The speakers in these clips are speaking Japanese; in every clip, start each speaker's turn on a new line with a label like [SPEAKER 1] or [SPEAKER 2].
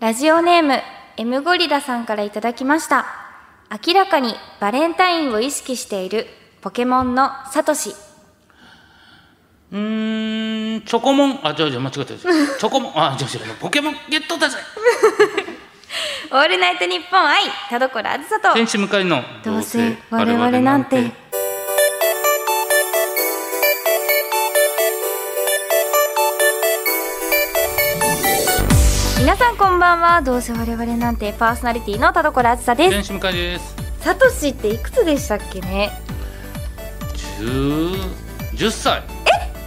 [SPEAKER 1] ラジオネーム M ゴリラさんからいただきました明らかにバレンタインを意識しているポケモンのサトシ
[SPEAKER 2] うーんチョコモンあ違う違う間違 ってるチョコモンあ違う違うポケモンゲットだぜ
[SPEAKER 1] オールナイトニッポン愛田所あずさと
[SPEAKER 2] 天使向かいの
[SPEAKER 1] どうせ我々なんて皆さんこんばんはどうせ我々なんてパーソナリティの田所あずさです
[SPEAKER 2] 天使向かいです
[SPEAKER 1] サトシっていくつでしたっけね
[SPEAKER 2] 10 10歳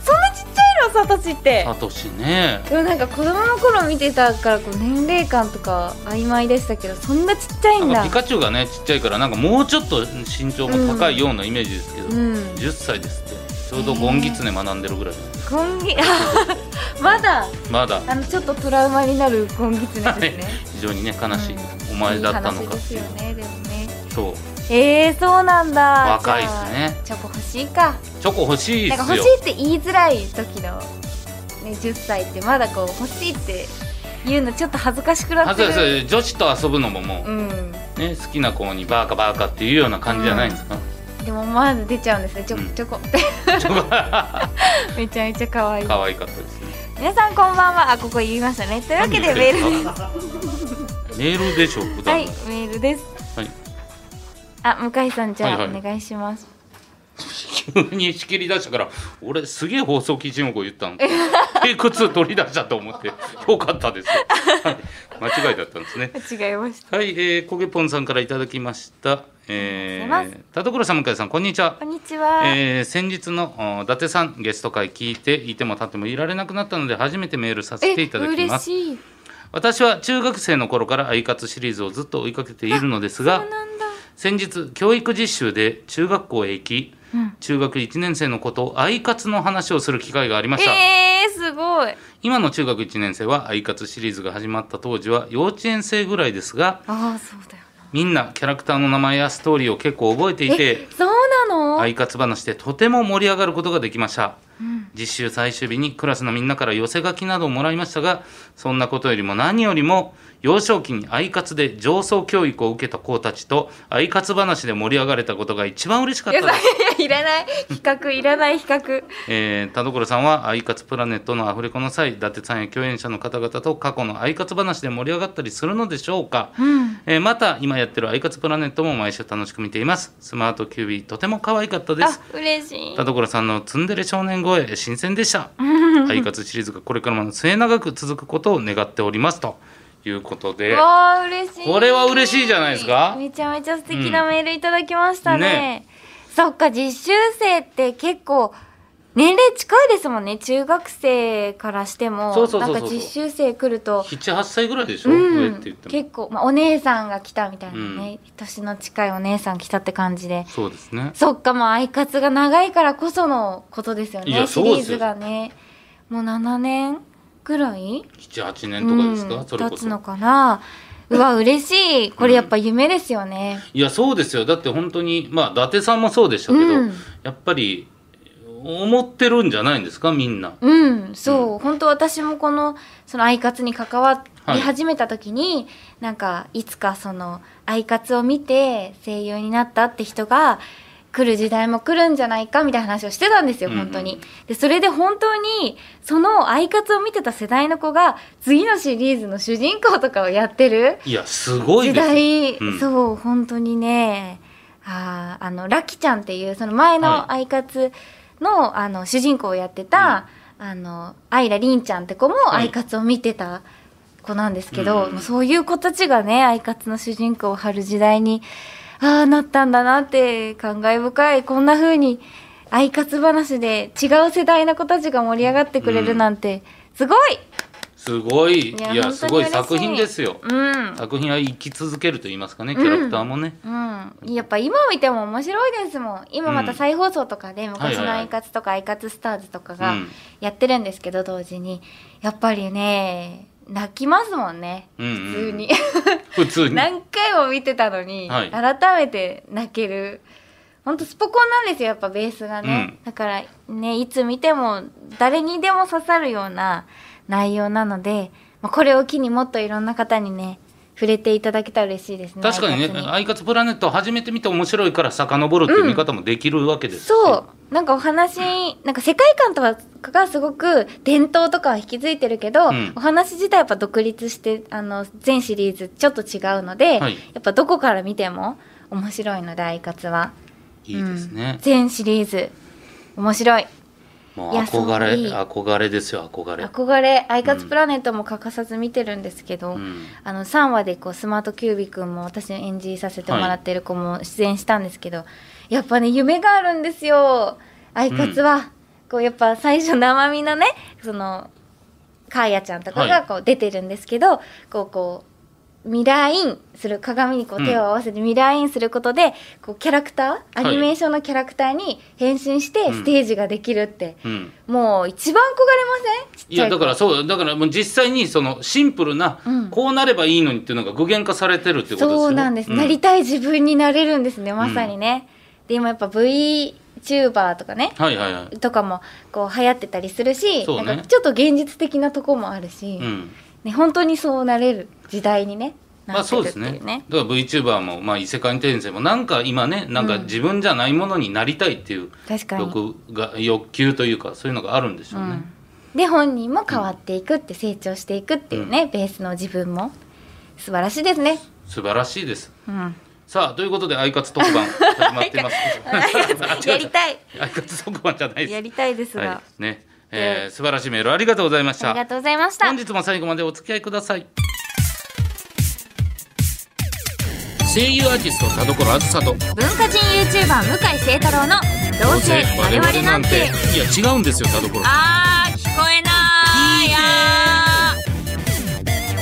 [SPEAKER 1] そんなちっちゃいのサトシって
[SPEAKER 2] サトシね
[SPEAKER 1] でもなんか子供の頃見てたからこう年齢感とか曖昧でしたけどそんなちっちゃい
[SPEAKER 2] なんん
[SPEAKER 1] だ
[SPEAKER 2] かピカチュウがねちっちゃいからなんかもうちょっと身長も高いようなイメージですけど、
[SPEAKER 1] うん
[SPEAKER 2] 10歳ですってちょうどゴンギツネ学んでるぐらいです
[SPEAKER 1] 今月まだ
[SPEAKER 2] まだ
[SPEAKER 1] あのちょっとトラウマになる今月なんですね
[SPEAKER 2] 非常にね悲しい、
[SPEAKER 1] うん
[SPEAKER 2] お前だったの
[SPEAKER 1] いい
[SPEAKER 2] か
[SPEAKER 1] 話で
[SPEAKER 2] って
[SPEAKER 1] す
[SPEAKER 2] いう
[SPEAKER 1] よねでもね
[SPEAKER 2] そう
[SPEAKER 1] えー、そうなんだ
[SPEAKER 2] 若いです
[SPEAKER 1] じゃ
[SPEAKER 2] ね
[SPEAKER 1] あチョコ欲しいか
[SPEAKER 2] チョコ欲しいっ
[SPEAKER 1] なん
[SPEAKER 2] す
[SPEAKER 1] か
[SPEAKER 2] よ
[SPEAKER 1] 欲しいって言いづらい時の、ね、10歳ってまだこう欲しいって言うのちょっと恥ずかしくな
[SPEAKER 2] あ
[SPEAKER 1] って
[SPEAKER 2] そうですそう
[SPEAKER 1] る
[SPEAKER 2] です女子と遊ぶのももう、
[SPEAKER 1] うん
[SPEAKER 2] ね、好きな子にバーカバーカっていうような感じじゃないんですか、
[SPEAKER 1] でも思わず出ちゃうんですねちょこ
[SPEAKER 2] うん
[SPEAKER 1] ちょこ
[SPEAKER 2] チョコ
[SPEAKER 1] めちゃめちゃ可愛い
[SPEAKER 2] 可愛かったですね
[SPEAKER 1] 皆さんこんばんはあここ言いましたねというわけでメールです
[SPEAKER 2] メールでしょ普段
[SPEAKER 1] はいメールです
[SPEAKER 2] はい
[SPEAKER 1] あ向井さんじゃあ、
[SPEAKER 2] はいはい
[SPEAKER 1] お願いします
[SPEAKER 2] 急に仕切り出したから俺すげえ放送基準語言ったのテイク2取り出したと思ってよかったです、はい、間違いだったんですね
[SPEAKER 1] 違いました
[SPEAKER 2] はい、えー、こげぽんさんからいただきました、え
[SPEAKER 1] ありがとうござい
[SPEAKER 2] ー、田所さん向井さんこんにちは
[SPEAKER 1] こんにちは、
[SPEAKER 2] えー先日のお伊達さんゲスト会聞いていても立ってもいられなくなったので初めてメールさせていただき
[SPEAKER 1] 嬉
[SPEAKER 2] ます
[SPEAKER 1] しい
[SPEAKER 2] 私は中学生の頃からアイカツシリーズをずっと追いかけているのです
[SPEAKER 1] そ
[SPEAKER 2] が
[SPEAKER 1] うなんだ
[SPEAKER 2] 先日教育実習で中学校へ行き、
[SPEAKER 1] うん
[SPEAKER 2] 中学1年生の子とアイカツの話をする機会がありました、
[SPEAKER 1] えー、すごい
[SPEAKER 2] 今の中学1年生はアイカツシリーズが始まった当時は幼稚園生ぐらいですが
[SPEAKER 1] ああそうだよ
[SPEAKER 2] みんなキャラクターの名前やストーリーを結構覚えてい
[SPEAKER 1] な
[SPEAKER 2] て
[SPEAKER 1] えそうなの、
[SPEAKER 2] アイカツ話でとても盛り上がることができました
[SPEAKER 1] うん
[SPEAKER 2] 実習最終日にクラスのみんなから寄せ書きなどをもらいましたがそんなことよりも何よりも幼少期にアイカツで上層教育を受けた子たちとアイカツ話で盛り上がれたことが一番嬉しかっ
[SPEAKER 1] い
[SPEAKER 2] た
[SPEAKER 1] や
[SPEAKER 2] で
[SPEAKER 1] そ
[SPEAKER 2] す
[SPEAKER 1] れ、いらない比較いらない比較
[SPEAKER 2] えー田所さんはアイカツプラネットのアフレコの際伊達さんや共演者の方々と過去のアイカツ話で盛り上がったりするのでしょうか、
[SPEAKER 1] うん
[SPEAKER 2] えーまた今やってるアイカツプラネットも毎週楽しく見ていますスマートキュービーとても可愛かったで
[SPEAKER 1] あ
[SPEAKER 2] す
[SPEAKER 1] 嬉しい
[SPEAKER 2] 田所さんのツンデレ少年声新鮮 でしたアイカツシリーズがこれからも末永く続くことを願っておりますということで
[SPEAKER 1] わあ嬉しい
[SPEAKER 2] これは嬉しいじゃないですか
[SPEAKER 1] めちゃめちゃ素敵なメールいただきましたね,、そっか実習生って結構年齢近いですもんね中学生からしても
[SPEAKER 2] そうそうそうそう
[SPEAKER 1] なんか実習生来ると
[SPEAKER 2] 78歳ぐらいでしょ、
[SPEAKER 1] う
[SPEAKER 2] 上っ
[SPEAKER 1] ん
[SPEAKER 2] て言っても
[SPEAKER 1] 結構、まあ、お姉さんが来たみたいなね、年の近いお姉さん来たって感じで
[SPEAKER 2] そうですね
[SPEAKER 1] そっかもうアイカツが長いからこそのことですよ
[SPEAKER 2] いや
[SPEAKER 1] ねシ
[SPEAKER 2] そう
[SPEAKER 1] リ
[SPEAKER 2] で
[SPEAKER 1] ー
[SPEAKER 2] すよ
[SPEAKER 1] ズがねもう7年ぐらい
[SPEAKER 2] 78年とかです
[SPEAKER 1] う
[SPEAKER 2] か、
[SPEAKER 1] ん
[SPEAKER 2] それこ
[SPEAKER 1] 経つの
[SPEAKER 2] そ
[SPEAKER 1] かなうわ嬉しいこれやっぱ夢ですよね、
[SPEAKER 2] いやそうですよだって本当にまあ伊達さんもそうでしたけど、
[SPEAKER 1] うん
[SPEAKER 2] やっぱり思ってるんじゃないんですかみんな
[SPEAKER 1] うん、そう、本当私もこのそのアイカツに関わり始めた時に、なんかいつかそのアイカツを見て声優になったって人が来る時代も来るんじゃないかみたいな話をしてたんですよ
[SPEAKER 2] うんうん
[SPEAKER 1] 本当に。でそれで本当にそのアイカツを見てた世代の子が次のシリーズの主人公とかをやってる
[SPEAKER 2] いやすご
[SPEAKER 1] 時
[SPEAKER 2] いです
[SPEAKER 1] 代、
[SPEAKER 2] うん
[SPEAKER 1] そう本当にねあーあのラキちゃんっていうその前
[SPEAKER 2] はい
[SPEAKER 1] のアイカツの,、あの主人公をやってた、あのアイラリンちゃんって子も
[SPEAKER 2] い
[SPEAKER 1] アイカツを見てた子なんですけど、
[SPEAKER 2] うん
[SPEAKER 1] もうそういう子たちがねアイカツの主人公を張る時代にああなったんだなって感慨深いこんな風にアイカツ話で違う世代の子たちが盛り上がってくれるなんて、すごい
[SPEAKER 2] すごいい
[SPEAKER 1] いや本
[SPEAKER 2] や
[SPEAKER 1] 当に
[SPEAKER 2] すごい
[SPEAKER 1] 嬉しい
[SPEAKER 2] 作品ですよ
[SPEAKER 1] うん
[SPEAKER 2] 作品は生き続けると言いますかねキャラクターもね、
[SPEAKER 1] うん、やっぱ今見ても面白いですもん今また再放送とかで昔
[SPEAKER 2] はいはい
[SPEAKER 1] の「
[SPEAKER 2] はい
[SPEAKER 1] アイカツ」とか「アイカツスターズ」とか
[SPEAKER 2] う
[SPEAKER 1] が
[SPEAKER 2] ん
[SPEAKER 1] やってるんですけど同時にやっぱりね泣きますもんね
[SPEAKER 2] うんうん
[SPEAKER 1] 普通に
[SPEAKER 2] 普 通に
[SPEAKER 1] 何回も見てたのに、
[SPEAKER 2] はい
[SPEAKER 1] 改めて泣けるほんとスポコンなんですよやっぱベースがね、だからねいつ見ても誰にでも刺さるような内容なのでまあ、これを機にもっといろんな方にね触れていただけたら嬉しいですね
[SPEAKER 2] 確かにね
[SPEAKER 1] アイカツ
[SPEAKER 2] 「アイカツプラネット」初めて見て面白いから遡るっていう見方もできるわけですし、
[SPEAKER 1] そうなんかお話なんか世界観とかがすごく伝統とかは引き継いでるけど、
[SPEAKER 2] うん
[SPEAKER 1] お話自体やっぱ独立してあの全シリーズちょっと違うので、
[SPEAKER 2] はい
[SPEAKER 1] やっぱどこから見ても面白いので「アイカツは」
[SPEAKER 2] いいですね
[SPEAKER 1] うん、全シリーズ面白い
[SPEAKER 2] もう
[SPEAKER 1] いや
[SPEAKER 2] 憧れ
[SPEAKER 1] そういい
[SPEAKER 2] 憧れですよ憧れ、
[SPEAKER 1] 憧れ「アイカツプラネット」も欠かさず見てるんですけど、
[SPEAKER 2] うん、
[SPEAKER 1] あの3話でこうスマートキュービくんも私の演じさせてもらってる子も出演したんですけど、やっぱね夢があるんですよアイカツは、こうやっぱ最初生身のねそのカーヤちゃんとか
[SPEAKER 2] は
[SPEAKER 1] が
[SPEAKER 2] い
[SPEAKER 1] こう出てるんですけど、こうこうミラーインする鏡にこ
[SPEAKER 2] う
[SPEAKER 1] うん手を合わせてミラーインすることで、こうキャラクター
[SPEAKER 2] はい
[SPEAKER 1] アニメーションのキャラクターに変身して
[SPEAKER 2] ん
[SPEAKER 1] ステージができるって、
[SPEAKER 2] うん
[SPEAKER 1] もう一番憧れませんちっ
[SPEAKER 2] い
[SPEAKER 1] ちゃ
[SPEAKER 2] や
[SPEAKER 1] い
[SPEAKER 2] だ
[SPEAKER 1] 頃
[SPEAKER 2] からそうだからもう実際にそのシンプルな、
[SPEAKER 1] うん
[SPEAKER 2] こうなればいいのにっていうのが具現化されてるってことですよ
[SPEAKER 1] そうなんです、なりたい自分になれるんですねまさにね、で今やっぱ VTuber とかね
[SPEAKER 2] はいはいはい、
[SPEAKER 1] とかもこう流行ってたりするし、
[SPEAKER 2] そうね
[SPEAKER 1] なんかちょっと現実的なとこもあるし、
[SPEAKER 2] うん
[SPEAKER 1] ね、本当にそうなれる時代にね
[SPEAKER 2] ま
[SPEAKER 1] な
[SPEAKER 2] あ
[SPEAKER 1] って
[SPEAKER 2] そ
[SPEAKER 1] る
[SPEAKER 2] うで
[SPEAKER 1] って
[SPEAKER 2] す
[SPEAKER 1] いうね,、
[SPEAKER 2] ねだから VTuber も、まあ、異世界転生もなんか今ねなんか自分じゃないものになりたいっていう
[SPEAKER 1] 確かに、
[SPEAKER 2] 欲が、欲求というかそういうのがあるんでしょう
[SPEAKER 1] う
[SPEAKER 2] ね
[SPEAKER 1] ん、で本人も変わっていくって、成長していくっていうね、ベースの自分も素晴らしいですね
[SPEAKER 2] 素晴らしいです
[SPEAKER 1] うん、
[SPEAKER 2] さあということで「アイカツ特番」始まってます
[SPEAKER 1] やりたい
[SPEAKER 2] アイカツ特番じゃないです
[SPEAKER 1] やりたいですが、
[SPEAKER 2] はい、ね、えー素晴らしいメールありがとうございまし
[SPEAKER 1] あ
[SPEAKER 2] た
[SPEAKER 1] りがとうございました
[SPEAKER 2] 本日も最後までお付き合いください声優アーティスト田所あずさと
[SPEAKER 1] 文化人 YouTuber 向井聖太郎の「どうせ我々なんて
[SPEAKER 2] いや違うんですよ田所」
[SPEAKER 1] あー聞こえないあー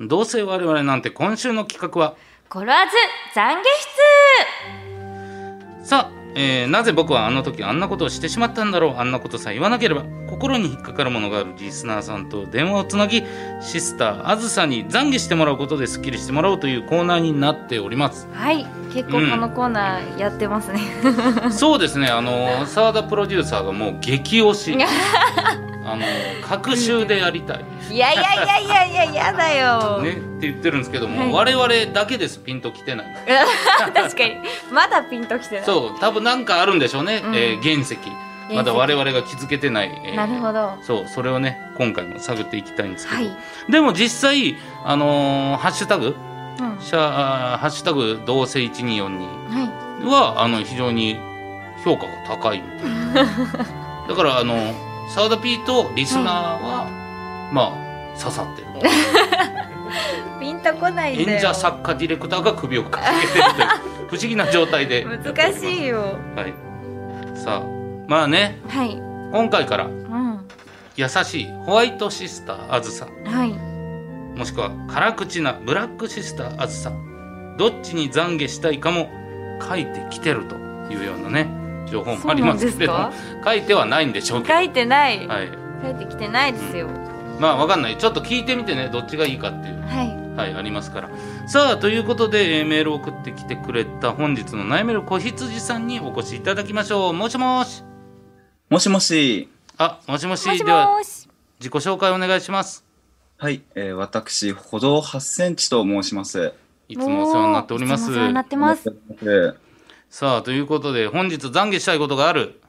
[SPEAKER 2] どうせ我々なんて今週の企画は
[SPEAKER 1] コロアズ懺悔
[SPEAKER 2] さあ、えーなぜ僕はあの時あんなことをしてしまったんだろうあんなことさえ言わなければ心に引っかかるものがあるリスナーさんと電話をつなぎシスターあずさに懺悔してもらうことですっきりしてもらおうというコーナーになっており ます
[SPEAKER 1] 室はい結構このコーナーやってますね、
[SPEAKER 2] そうですねあの澤田プロデューサーがもう激推 しあの隔週でやりたい、
[SPEAKER 1] いやいやいやいやいややだよ、
[SPEAKER 2] ね、って言ってるんですけども、
[SPEAKER 1] は
[SPEAKER 2] 我々だけですピンときてない
[SPEAKER 1] 確かにまだピンときてない
[SPEAKER 2] そう多分なんかあるんでしょうね、
[SPEAKER 1] うん
[SPEAKER 2] えー原石まだ我々が気づけてない、えー
[SPEAKER 1] なるほど
[SPEAKER 2] そうそれをね今回も探っていきたいんですけど、
[SPEAKER 1] はい、
[SPEAKER 2] でも実際あのーハッシュタグ
[SPEAKER 1] うん
[SPEAKER 2] シャあーハッシュタグどうせ1242
[SPEAKER 1] は
[SPEAKER 2] はあの非常に評価が高いみたい なだからあのサウダピーとリスナーは、まあ刺さってる
[SPEAKER 1] い、ピンとこ ないんだよ
[SPEAKER 2] 演者作家ディレクターが首をかけてるという 不思議な状態で
[SPEAKER 1] 難しいよ
[SPEAKER 2] はいさあまあね
[SPEAKER 1] はい
[SPEAKER 2] 今回から
[SPEAKER 1] うん
[SPEAKER 2] 優しいホワイトシスターあずさ
[SPEAKER 1] はい
[SPEAKER 2] もしくは辛口なブラックシスターあずさどっちに懺悔したいかも書いてきてるというようなね情報もありますけれど
[SPEAKER 1] そうな
[SPEAKER 2] も
[SPEAKER 1] んで
[SPEAKER 2] 書いてはないんでしょうけど、
[SPEAKER 1] 書いてない、
[SPEAKER 2] はい、
[SPEAKER 1] 書いてきてないですよ
[SPEAKER 2] まあわかんないちょっと聞いてみてねどっちがいいかっていう
[SPEAKER 1] はい
[SPEAKER 2] はいありますからさあということで、えーメールを送ってきてくれた本日の悩める子羊さんにお越しいただきましょうもしもし
[SPEAKER 3] もしもし。
[SPEAKER 2] あもしもし
[SPEAKER 1] もし
[SPEAKER 2] では
[SPEAKER 1] もし。
[SPEAKER 2] 自己紹介お願いします
[SPEAKER 3] はい、えー私、歩道8センチと申します。
[SPEAKER 2] いつもお世話になっておりま
[SPEAKER 1] いつ
[SPEAKER 2] す
[SPEAKER 1] もお世話になってます。
[SPEAKER 3] えー
[SPEAKER 2] さあということで本日懺悔したいことがある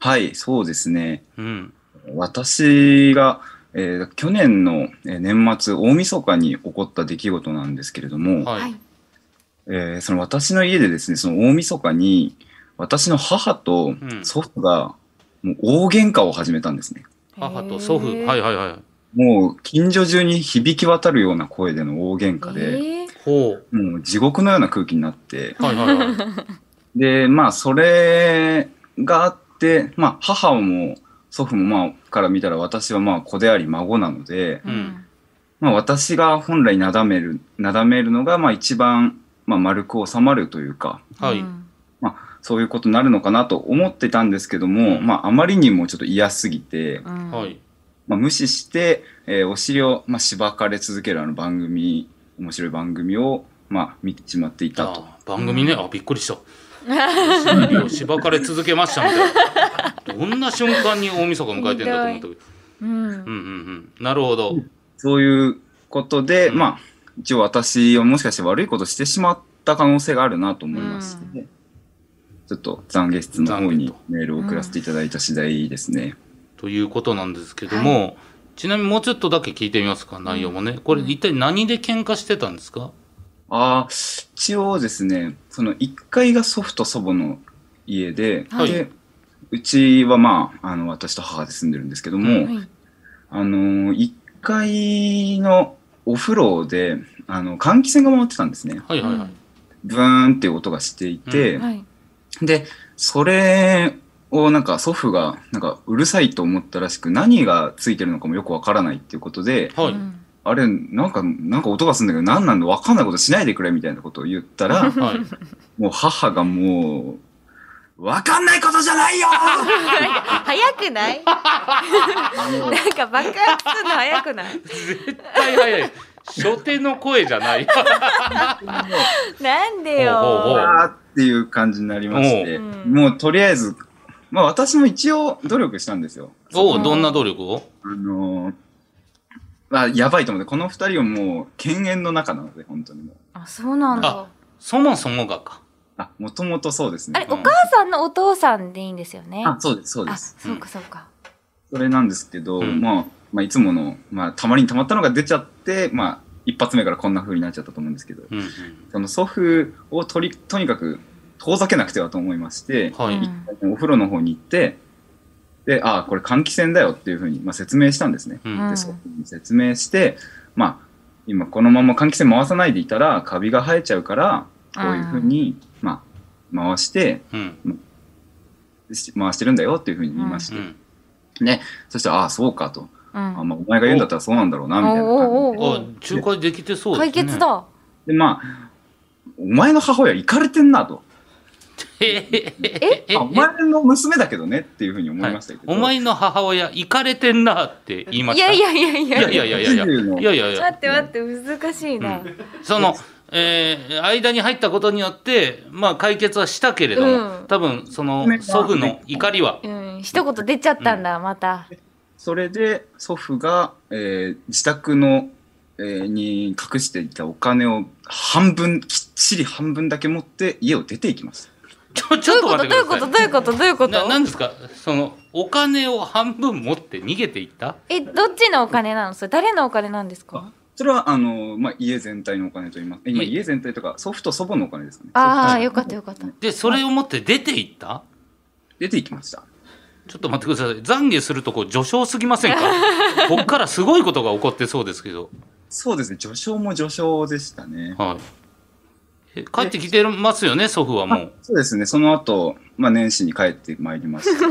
[SPEAKER 3] はい、そうですね。
[SPEAKER 2] うん
[SPEAKER 3] 私が、えー去年のえー年末、大晦日に起こった出来事なんですけれども、
[SPEAKER 2] はい、
[SPEAKER 1] はい。。
[SPEAKER 3] えーその私の家でですね、その大晦日に、私の母と
[SPEAKER 2] ん
[SPEAKER 3] 祖父が、もう大喧嘩を始めたんですね。
[SPEAKER 2] 母と祖父はいいはいはい
[SPEAKER 3] もう近所中に響き渡るような声での大喧嘩
[SPEAKER 1] え
[SPEAKER 3] で、
[SPEAKER 1] ー
[SPEAKER 2] ほう
[SPEAKER 3] もう地獄のような空気になって、
[SPEAKER 2] はいはい はい
[SPEAKER 3] でまあそれがあって、まあ、母も祖父もまあから見たら私はまあ子であり孫なので、
[SPEAKER 2] うん。
[SPEAKER 3] まあ、私が本来なだめるなだめるのがまあ一番まあ丸く収まるというか
[SPEAKER 2] はい、
[SPEAKER 1] うん
[SPEAKER 3] そういうことになるのかなと思ってたんですけども、まあ、あまりにもちょっと嫌すぎて、
[SPEAKER 1] うん
[SPEAKER 2] はい
[SPEAKER 3] まあ、無視して、えーお尻をまあしばかれ続けるあの番組面白い番組をまあ見てしまっていたと。
[SPEAKER 2] あ番組ねあびっくりしたお尻をしばかれ続けましたみたいなどんな瞬間に大晦日迎えてんだと思ったけど。
[SPEAKER 1] うん
[SPEAKER 2] う。んうんうん。なるほど。
[SPEAKER 3] そういうことで、
[SPEAKER 2] うん
[SPEAKER 3] まあ、一応私はもしかして悪いことしてしまった可能性があるなと思いまして、ちょっと懺悔室の方
[SPEAKER 2] 懺悔
[SPEAKER 3] に
[SPEAKER 2] と
[SPEAKER 3] メールを送らせていただいた次第ですね。
[SPEAKER 2] ということなんですけども、ちなみにもうちょっとだけ聞いてみますか、内容もね。これ一体何で喧嘩してたんですか
[SPEAKER 3] ああ、一応ですね、その1階が祖父と祖母の家で、
[SPEAKER 1] はい
[SPEAKER 3] で、うちはまあ、あの、私と母で住んでるんですけども、
[SPEAKER 2] うん
[SPEAKER 1] はい
[SPEAKER 3] あの、1階のお風呂で、あの、換気扇が回ってたんですね。
[SPEAKER 2] はいはいはい。
[SPEAKER 3] ブーンっていう音がしていて、
[SPEAKER 2] う
[SPEAKER 1] はい。
[SPEAKER 3] で、それをなんか祖父がなんかうるさいと思ったらしく何がついてるのかもよくわからないっていうことで、
[SPEAKER 2] はい。、
[SPEAKER 1] うん
[SPEAKER 3] あれ、なんか、なんか音がするんだけど何なんだわかんないことしないでくれみたいなことを言った
[SPEAKER 2] は
[SPEAKER 3] ら
[SPEAKER 2] い。
[SPEAKER 3] もう母がもう、わかんないことじゃないよ
[SPEAKER 1] 早くないなんか爆発するの早くない
[SPEAKER 2] 絶対早い。初手の声じ ゃない。
[SPEAKER 1] なんで
[SPEAKER 2] ほうほうほ
[SPEAKER 1] よ
[SPEAKER 3] わーっていう感じになりまして、
[SPEAKER 1] おううん
[SPEAKER 3] もうとりあえず、まあ私も一応努力したんですよ。
[SPEAKER 2] おうどんな努力を
[SPEAKER 3] あのーまあ、やばいと思って、この二人はもう、犬猿の中なので、本当にもう。
[SPEAKER 1] あ、そうなんだ
[SPEAKER 2] あ。そもそもがか。
[SPEAKER 3] あ、もともとそうです
[SPEAKER 1] あれ、。
[SPEAKER 3] ね
[SPEAKER 1] お母さんのお父さんでいいんですよね。
[SPEAKER 3] あ、そうです、そうで
[SPEAKER 1] あ、
[SPEAKER 3] す。
[SPEAKER 1] そうかそうか。
[SPEAKER 3] それなんですけど、
[SPEAKER 2] うん
[SPEAKER 3] まあ、まあ、いつもの、まあ、たまりにたまったのが出ちゃって、まあ、一発目からこんな風になっちゃったと思うんですけど、
[SPEAKER 2] うんうん。
[SPEAKER 3] その祖父をとり、とにかく遠ざけなくてはと思いまして、
[SPEAKER 2] はい。
[SPEAKER 1] うん
[SPEAKER 3] お風呂の方に行って、で、ああ、これ換気扇だよっていう風に、まあ、説明したんですね。
[SPEAKER 2] うん。
[SPEAKER 1] うん
[SPEAKER 3] でそう説明して、まあ、今このまま換気扇回さないでいたらカビが生えちゃうからこういうふうに、まあ、回して
[SPEAKER 2] うん。
[SPEAKER 3] し回してるんだよっていうふうに言いまし
[SPEAKER 2] う
[SPEAKER 3] て、
[SPEAKER 2] ん。
[SPEAKER 3] ね、そしたら「ああそうか」と
[SPEAKER 1] う
[SPEAKER 3] 「あ
[SPEAKER 1] ん。
[SPEAKER 3] まあ、お前が言うんだったらそうなんだろうな」みたいな
[SPEAKER 1] おうおうお
[SPEAKER 3] 感
[SPEAKER 1] う
[SPEAKER 3] じ
[SPEAKER 2] あ、仲介できてそうですね。
[SPEAKER 1] 解決。だ。
[SPEAKER 3] ででまあ「お前の母親行かれてんな」と
[SPEAKER 2] え
[SPEAKER 3] 「あお前の娘だけどね」っていうふうに思いましたけど、
[SPEAKER 2] お前の母親、行かれてんなって言いま
[SPEAKER 1] い
[SPEAKER 2] し
[SPEAKER 1] や
[SPEAKER 2] た。
[SPEAKER 1] いやいやいや。
[SPEAKER 2] いやいやいやいやいやいやいやいや
[SPEAKER 1] 待って待って、難しいな。
[SPEAKER 2] その、えー間に入ったことによって、まあ、解決はしたけれども、
[SPEAKER 1] うん
[SPEAKER 2] 多分その
[SPEAKER 3] ね
[SPEAKER 2] 祖父の怒りは、
[SPEAKER 1] うん、一言出ちゃったんだ、また。
[SPEAKER 3] それで祖父が、えー自宅の、えーに隠していたお金を半分きっちり半分だけ持って家を出ていきます。
[SPEAKER 2] ちょち
[SPEAKER 1] どう
[SPEAKER 2] ょ
[SPEAKER 1] い
[SPEAKER 2] っ
[SPEAKER 1] う
[SPEAKER 2] と
[SPEAKER 1] こ
[SPEAKER 2] 待
[SPEAKER 1] と
[SPEAKER 2] って
[SPEAKER 1] どういう
[SPEAKER 2] く
[SPEAKER 1] こ
[SPEAKER 2] ださ
[SPEAKER 1] と
[SPEAKER 2] い
[SPEAKER 1] どういうことどういうこ
[SPEAKER 2] な
[SPEAKER 1] と
[SPEAKER 2] なんですかそのお金を半分持って逃げていった
[SPEAKER 1] え、どっちのお金なのそれ誰のお金なんですか
[SPEAKER 3] それはあの、まあ、家全体のお金と言います今
[SPEAKER 2] い
[SPEAKER 3] 家全体とか祖父と祖母のお金ですかね。
[SPEAKER 1] あ
[SPEAKER 3] 祖
[SPEAKER 1] あ、
[SPEAKER 3] 父
[SPEAKER 1] よかったよかった。
[SPEAKER 2] でそれを持って出ていった
[SPEAKER 3] 出ていきました。
[SPEAKER 2] ちょっと待ってください懺悔するとこ序章すぎませんか こっからすごいことが起こってそうですけど、
[SPEAKER 3] そうですね序章も序章でしたね。
[SPEAKER 2] はい、え帰ってきてますよね祖父はもう
[SPEAKER 3] そうですねその後、まあ、年始に帰ってまいりました。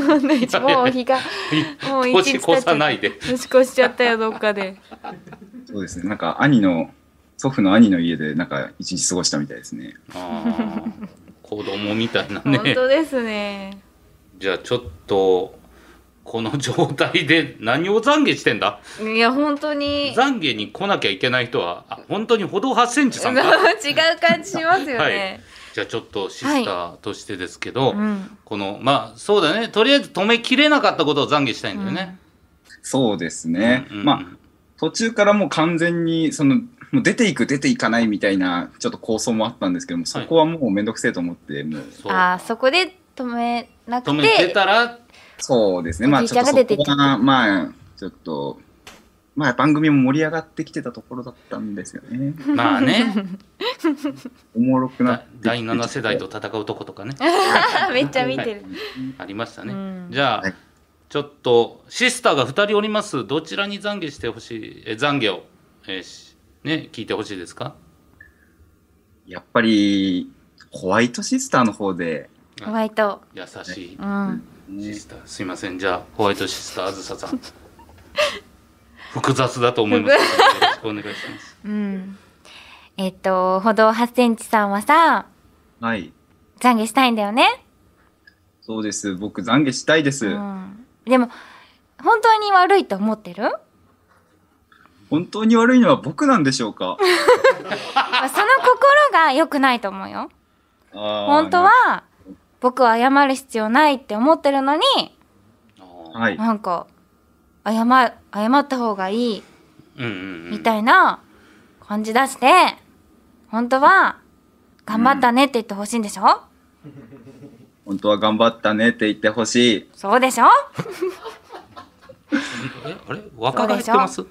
[SPEAKER 1] もう日が、 もう一日
[SPEAKER 2] 年越
[SPEAKER 1] 経っち
[SPEAKER 2] さ
[SPEAKER 1] ゃっ
[SPEAKER 2] な
[SPEAKER 1] た。
[SPEAKER 2] いで
[SPEAKER 1] 年越しちゃったよ、どっかで。
[SPEAKER 3] そうですねなんか兄の祖父の兄の家でなんか一日過ごしたみたいですね。
[SPEAKER 2] あー子供みたいな ね
[SPEAKER 1] 本当ですね。
[SPEAKER 2] じゃあちょっとこの状態で何を懺悔してんだ
[SPEAKER 1] いや、本当に。
[SPEAKER 2] 懺悔に来なきゃいけない人はあ本当に歩道8セン チ
[SPEAKER 1] 違
[SPEAKER 2] さんか
[SPEAKER 1] う感じしますよね。
[SPEAKER 2] じゃあちょっとシスターとしてですけど、
[SPEAKER 1] うん。
[SPEAKER 2] このまあそうだねとりあえず止めきれなかったことを懺悔したいんだよね。
[SPEAKER 3] そうですね、
[SPEAKER 2] うんうんうん
[SPEAKER 3] まあ途中からもう完全にそのもう出ていく出ていかないみたいなちょっと構想もあったんですけどもそこはもうめんどくせえと思って、もう
[SPEAKER 2] そう
[SPEAKER 1] ああ、そこで止めなく
[SPEAKER 2] 止めて
[SPEAKER 1] て、
[SPEAKER 2] たら
[SPEAKER 3] そうですね
[SPEAKER 1] お
[SPEAKER 3] まあ
[SPEAKER 1] じい
[SPEAKER 3] ち
[SPEAKER 1] ち
[SPEAKER 3] ょ
[SPEAKER 1] ゃん
[SPEAKER 3] っと
[SPEAKER 1] が
[SPEAKER 3] そ
[SPEAKER 1] 出てき
[SPEAKER 3] こ
[SPEAKER 1] た
[SPEAKER 3] がまあちょっとまあ番組も盛り上がってきてたところだったんですよね
[SPEAKER 2] まあ ね
[SPEAKER 3] おもろくなって
[SPEAKER 2] だ
[SPEAKER 3] きて
[SPEAKER 2] 第7世代と戦うとこと かね
[SPEAKER 1] めっちゃ見てる。
[SPEAKER 2] ありましたね。
[SPEAKER 1] うん
[SPEAKER 2] じゃあ、
[SPEAKER 3] はい
[SPEAKER 2] ちょっとシスターが2人おりますどちらに懺悔してほしいえ懺悔を、えーしね、聞いてほしいですか
[SPEAKER 3] やっぱりホワイトシスターの方で、
[SPEAKER 1] ホワイト。
[SPEAKER 2] 優しい
[SPEAKER 1] うん。
[SPEAKER 2] シスター、すいませんじゃあホワイトシスターあずささん 複雑だと思いますけどよろしくお願いします
[SPEAKER 1] うん。えっと、歩道8センチさんはさ、
[SPEAKER 3] はい
[SPEAKER 1] 懺悔したいんだよね。
[SPEAKER 3] そうです僕懺悔したいです、
[SPEAKER 1] うん。でも、本当に悪いと思って る、
[SPEAKER 3] 本当に悪いのは僕なんでしょ うか
[SPEAKER 1] まあその心が良くないと思うよ。
[SPEAKER 3] あー
[SPEAKER 1] 本当は、僕は謝る必要ないって思ってるのに、
[SPEAKER 3] はい。
[SPEAKER 1] なんか謝謝った方がいい
[SPEAKER 2] うんうんうん
[SPEAKER 1] みたいな感じ出して本当は頑張ったねって言ってほしいんでしょ、
[SPEAKER 3] 本当は頑張ったねって言ってほしい。
[SPEAKER 1] そうでしょ
[SPEAKER 2] えあれ若返ってます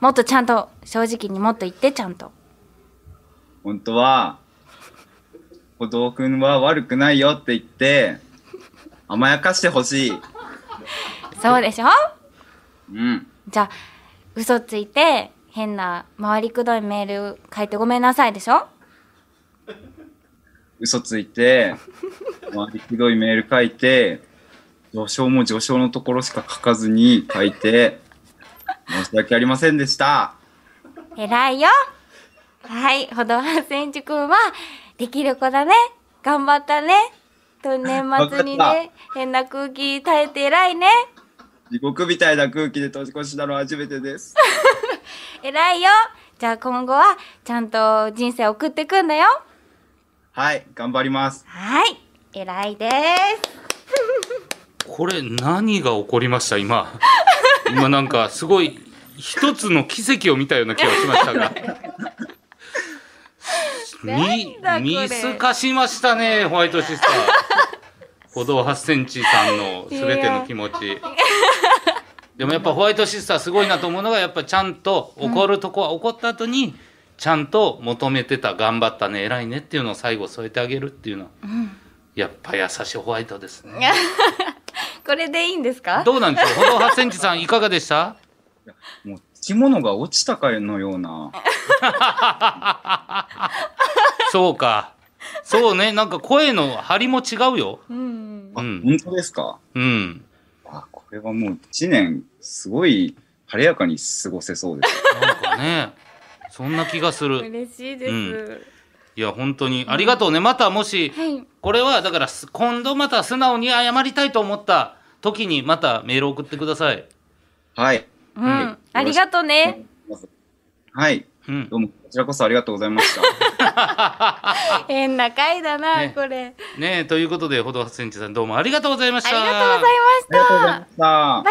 [SPEAKER 1] もっとちゃんと正直にもっと言ってちゃんと
[SPEAKER 3] 本当は、歩道くんは悪くないよって言って、甘やかしてほしい。
[SPEAKER 1] そうでしょ
[SPEAKER 3] うん。
[SPEAKER 1] じゃあ嘘ついて変な回りくどいメール書いてごめんなさいでしょ
[SPEAKER 3] 嘘ついて、まあ、ひどいメール書いて、序章も序章のところしか書かずに書いて、申し訳ありませんでした。
[SPEAKER 1] 偉いよはい歩道反千くんはできる子だね頑張ったねと年末に
[SPEAKER 3] わかっ
[SPEAKER 1] ね変な空気耐えて偉いね
[SPEAKER 3] 地獄みたいな空気で年越したのは初めてです。
[SPEAKER 1] 偉いよじゃあ今後はちゃんと人生送ってくんだよ
[SPEAKER 3] はい、頑張ります。
[SPEAKER 1] はい偉いです
[SPEAKER 2] これ何が起こりました今今なんかすごい一つの奇跡を見 たような気がしましたがみ
[SPEAKER 1] なんだこれ
[SPEAKER 2] 見透かしましたねホワイトシスター歩道8センチさんの全ての気持 ちでもやっぱホワイトシスターすごいなと思うのがやっぱちゃんと怒るとこは怒った後に、ちゃんと求めてた頑張ったね偉いねっていうのを最後添えてあげるっていうのは、やっぱ優しいホワイトですね。
[SPEAKER 1] これでいいんですか
[SPEAKER 2] どうなんでしょう。歩道八センチさんいかがでした？
[SPEAKER 3] もう着物が落ちたかのような。
[SPEAKER 2] そうか。そうね。なんか声の張りも違うよ。
[SPEAKER 1] うん
[SPEAKER 3] あ、
[SPEAKER 2] うん
[SPEAKER 3] 本当ですか
[SPEAKER 2] うん。
[SPEAKER 3] あ、これはもう一年、すごい晴れやかに過ごせそうです。
[SPEAKER 2] なんかね。そんな気がする。
[SPEAKER 1] 嬉しいです、
[SPEAKER 2] うんいや本当にありがとうね。またもし
[SPEAKER 1] はい
[SPEAKER 2] これはだからす今度また素直に謝りたいと思った時にまたメール送ってください。
[SPEAKER 3] はい。
[SPEAKER 1] うん、
[SPEAKER 3] はい
[SPEAKER 1] ありがとうね
[SPEAKER 3] はい、
[SPEAKER 2] うん
[SPEAKER 3] ど。うも、こちらこそありがとうございました。
[SPEAKER 1] 変な回だな、
[SPEAKER 2] ね
[SPEAKER 1] これ
[SPEAKER 2] ねえということで歩道八センチさんどうもありがとうございまし
[SPEAKER 1] あ
[SPEAKER 2] た。
[SPEAKER 1] りがとうござい
[SPEAKER 3] ありがとうござい
[SPEAKER 1] ま
[SPEAKER 3] ま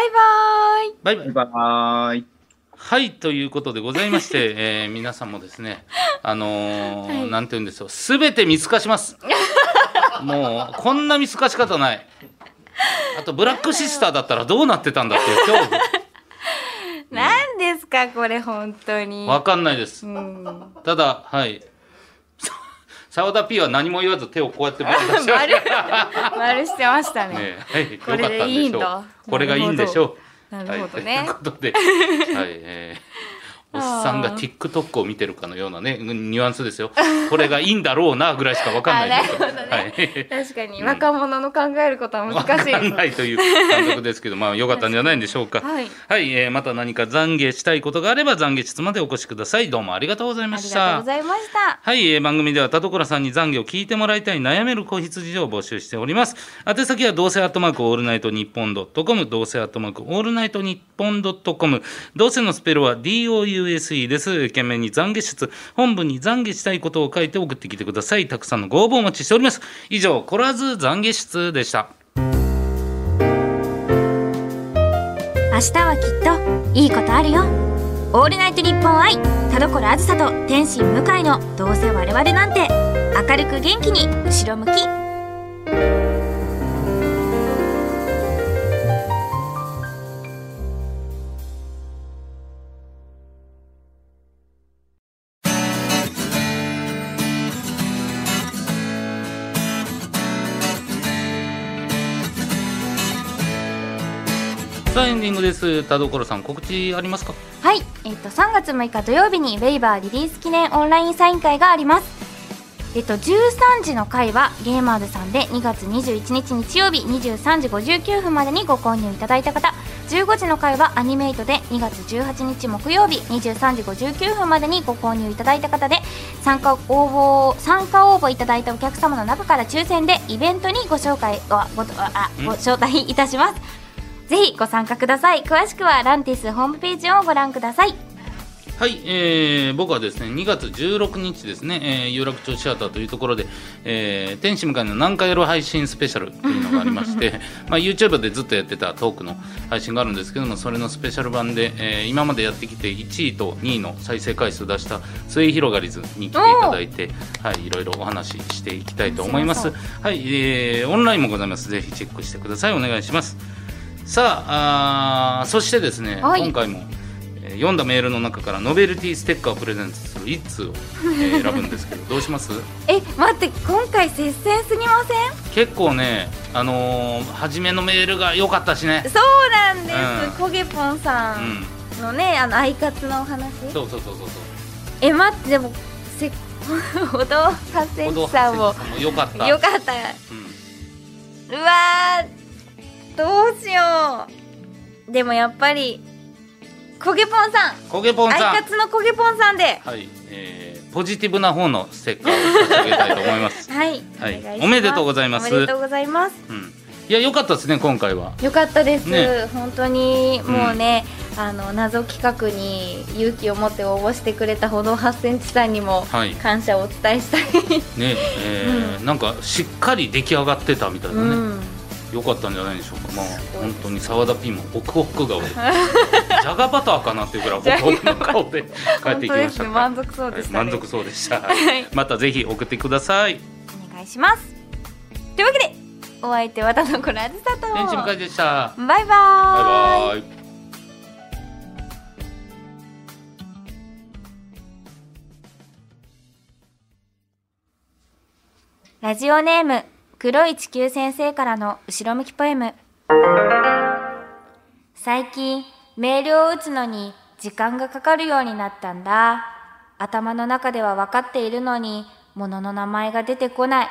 [SPEAKER 1] したバ
[SPEAKER 3] した。バ
[SPEAKER 1] イバーイ
[SPEAKER 2] バ イバイ
[SPEAKER 3] イ。バイ。
[SPEAKER 2] はいということでござい まして、えー皆さんもですねあのー
[SPEAKER 1] はい
[SPEAKER 2] なんて言うんですよすべて見透かします もうこんな見透かし方ないあとブラックシスターだったらどうなってたんだっていう恐
[SPEAKER 1] なんですかこれ本当に
[SPEAKER 2] 怖わかんないです
[SPEAKER 1] うん、
[SPEAKER 2] ただはい さ澤田 P は何も言わず手をこうやって回しました
[SPEAKER 1] 丸丸してましたね
[SPEAKER 2] ねはい、よか
[SPEAKER 1] こ
[SPEAKER 2] った
[SPEAKER 1] れ
[SPEAKER 2] んで
[SPEAKER 1] でいい
[SPEAKER 2] し
[SPEAKER 1] ん
[SPEAKER 2] ょう
[SPEAKER 1] だ
[SPEAKER 2] これがいいんでしょう
[SPEAKER 1] なるほどね
[SPEAKER 2] はい、ということ で、はいえーおっさんが
[SPEAKER 1] あ
[SPEAKER 2] TikTok を見てるかのようなねニュアンスですよこれがいいんだろうなぐらいしかわかんないですよ
[SPEAKER 1] あなるほど
[SPEAKER 2] はい
[SPEAKER 1] 確かに
[SPEAKER 2] うん
[SPEAKER 1] 若者の考えることは
[SPEAKER 2] わ
[SPEAKER 1] 難
[SPEAKER 2] か
[SPEAKER 1] しい
[SPEAKER 2] んないという感覚ですけど、まあ良かったんじゃないんでしょうか。
[SPEAKER 1] はい
[SPEAKER 2] はい、えーまた何か懺悔したいことがあれば懺悔室までお越しください。どうもありがとうござい
[SPEAKER 1] あ
[SPEAKER 2] ま
[SPEAKER 1] り
[SPEAKER 2] し
[SPEAKER 1] がとうご。
[SPEAKER 2] た
[SPEAKER 1] ざいました
[SPEAKER 2] はい、えー番組では田所さんに懺悔を聞いてもらいたい悩める子羊事情を募集しております宛先はどうせアットマークオールナイトニッポンドットコムどうせアットマークオールナイトニッポンドットコムどうせのスペルは DOUSE です懸命に懺悔室本部に懺悔したいことを書いて送ってきてくださいたくさんのご応募お待ちしております以上コラーズ懺悔室でした
[SPEAKER 1] 明日はきっといいことあるよオールナイトニッポン愛田所あずさと天心向井のどうせ我々なんて明るく元気に後ろ向き
[SPEAKER 2] さあエンディングです田所さん告知ありますか
[SPEAKER 1] はい、えっと3月6日土曜日にウェイバーリリース記念オンラインサイン会があります。えっと13時の会はゲーマーズさんで2月21日日曜日23時59分までにご購入いただいた方、15時の会はアニメイトで2月18日木曜日23時59分までにご購入いただいた方で参加応募参加応募いただいたお客様の中から抽選でイベントにご紹介あごあ
[SPEAKER 2] ん
[SPEAKER 1] ご招待いたします。ぜひご参加ください。詳しくはランティスホームページをご覧ください。
[SPEAKER 2] はい、えー僕はですね2月16日ですね、えー有楽町シアターというところで、えー天使向かいの南海夜配信スペシャルというのがありましてまあ YouTube でずっとやってたトークの配信があるんですけどもそれのスペシャル版で、えー今までやってきて1位と2位の再生回数出した末広がりずに来ていただいて、はい、いろいろお話ししていきたいと思います
[SPEAKER 1] すいま
[SPEAKER 2] はい、えーオンラインもございますぜひチェックしてくださいお願いしますさああーそしてですね、
[SPEAKER 1] はい
[SPEAKER 2] 今回も、えー読んだメールの中からノベルティステッカーをプレゼントする一通を、 えー選ぶんですけどどうします
[SPEAKER 1] え待って今回接戦すぎません
[SPEAKER 2] 結構ねあのー初めのメールが良かったしね
[SPEAKER 1] そうなんです、
[SPEAKER 2] う
[SPEAKER 1] コゲポンさ
[SPEAKER 2] うん
[SPEAKER 1] んのねあのアイカツのお話
[SPEAKER 2] そうそうそうそう
[SPEAKER 1] え待ってでもせ 歩道発
[SPEAKER 2] そう
[SPEAKER 1] 生士さんも
[SPEAKER 2] 良かった
[SPEAKER 1] よかった
[SPEAKER 2] うん
[SPEAKER 1] うわーどうしようでもやっぱりコゲポンさん
[SPEAKER 2] コゲポンさ
[SPEAKER 1] アイ
[SPEAKER 2] ん
[SPEAKER 1] カツのコゲポンさんで
[SPEAKER 2] はい、えーポジティブな方のステッカーを差し上げたいと思います
[SPEAKER 1] はい、
[SPEAKER 2] はい
[SPEAKER 1] お願し
[SPEAKER 2] おめでとうございます
[SPEAKER 1] おめでとうございます
[SPEAKER 2] うんいや良かったですね今回は
[SPEAKER 1] よかったです、
[SPEAKER 2] ね
[SPEAKER 1] 本当にもうね、あの謎企画に勇気を持って応募してくれた歩道8センチさんにも
[SPEAKER 2] はい
[SPEAKER 1] 感謝をお伝えしたい、
[SPEAKER 2] ねえーなんかしっかり出来上がってたみたいな
[SPEAKER 1] う
[SPEAKER 2] ね、
[SPEAKER 1] ん、
[SPEAKER 2] 良かったんじゃないでしょうか。まあ
[SPEAKER 1] すごい
[SPEAKER 2] 本当に沢田 P もホクホ ク顔で、ジャガバターかなっていうぐらいホクホクの顔で帰って
[SPEAKER 1] 本
[SPEAKER 2] き
[SPEAKER 1] 当で
[SPEAKER 2] まし
[SPEAKER 1] す
[SPEAKER 2] た
[SPEAKER 1] ね
[SPEAKER 2] から。
[SPEAKER 1] 満足そうでした、
[SPEAKER 2] はい
[SPEAKER 1] ね、
[SPEAKER 2] 満足そうでした。
[SPEAKER 1] はい
[SPEAKER 2] またぜひ送ってください。
[SPEAKER 1] お願いしますというわけでお相手は田所あずさと
[SPEAKER 2] 天使向井でした。
[SPEAKER 1] バイバーイ
[SPEAKER 2] バイバイ。
[SPEAKER 1] ラジオネーム黒い地球先生からの後ろ向きポエム最近メールを打つのに時間がかかるようになったんだ頭の中では分かっているのに物の名前が出てこない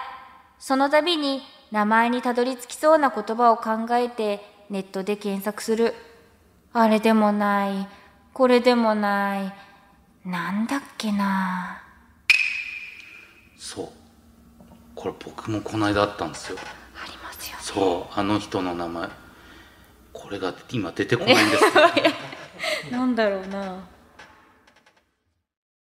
[SPEAKER 1] その度に名前にたどり着きそうな言葉を考えてネットで検索するあれでもないこれでもないなんだっけな
[SPEAKER 2] そう。これ僕もこの間あったんですよ。
[SPEAKER 1] ありますよ
[SPEAKER 2] そうあの人の名前。これが今出てこないんですよ。
[SPEAKER 1] なんだろうな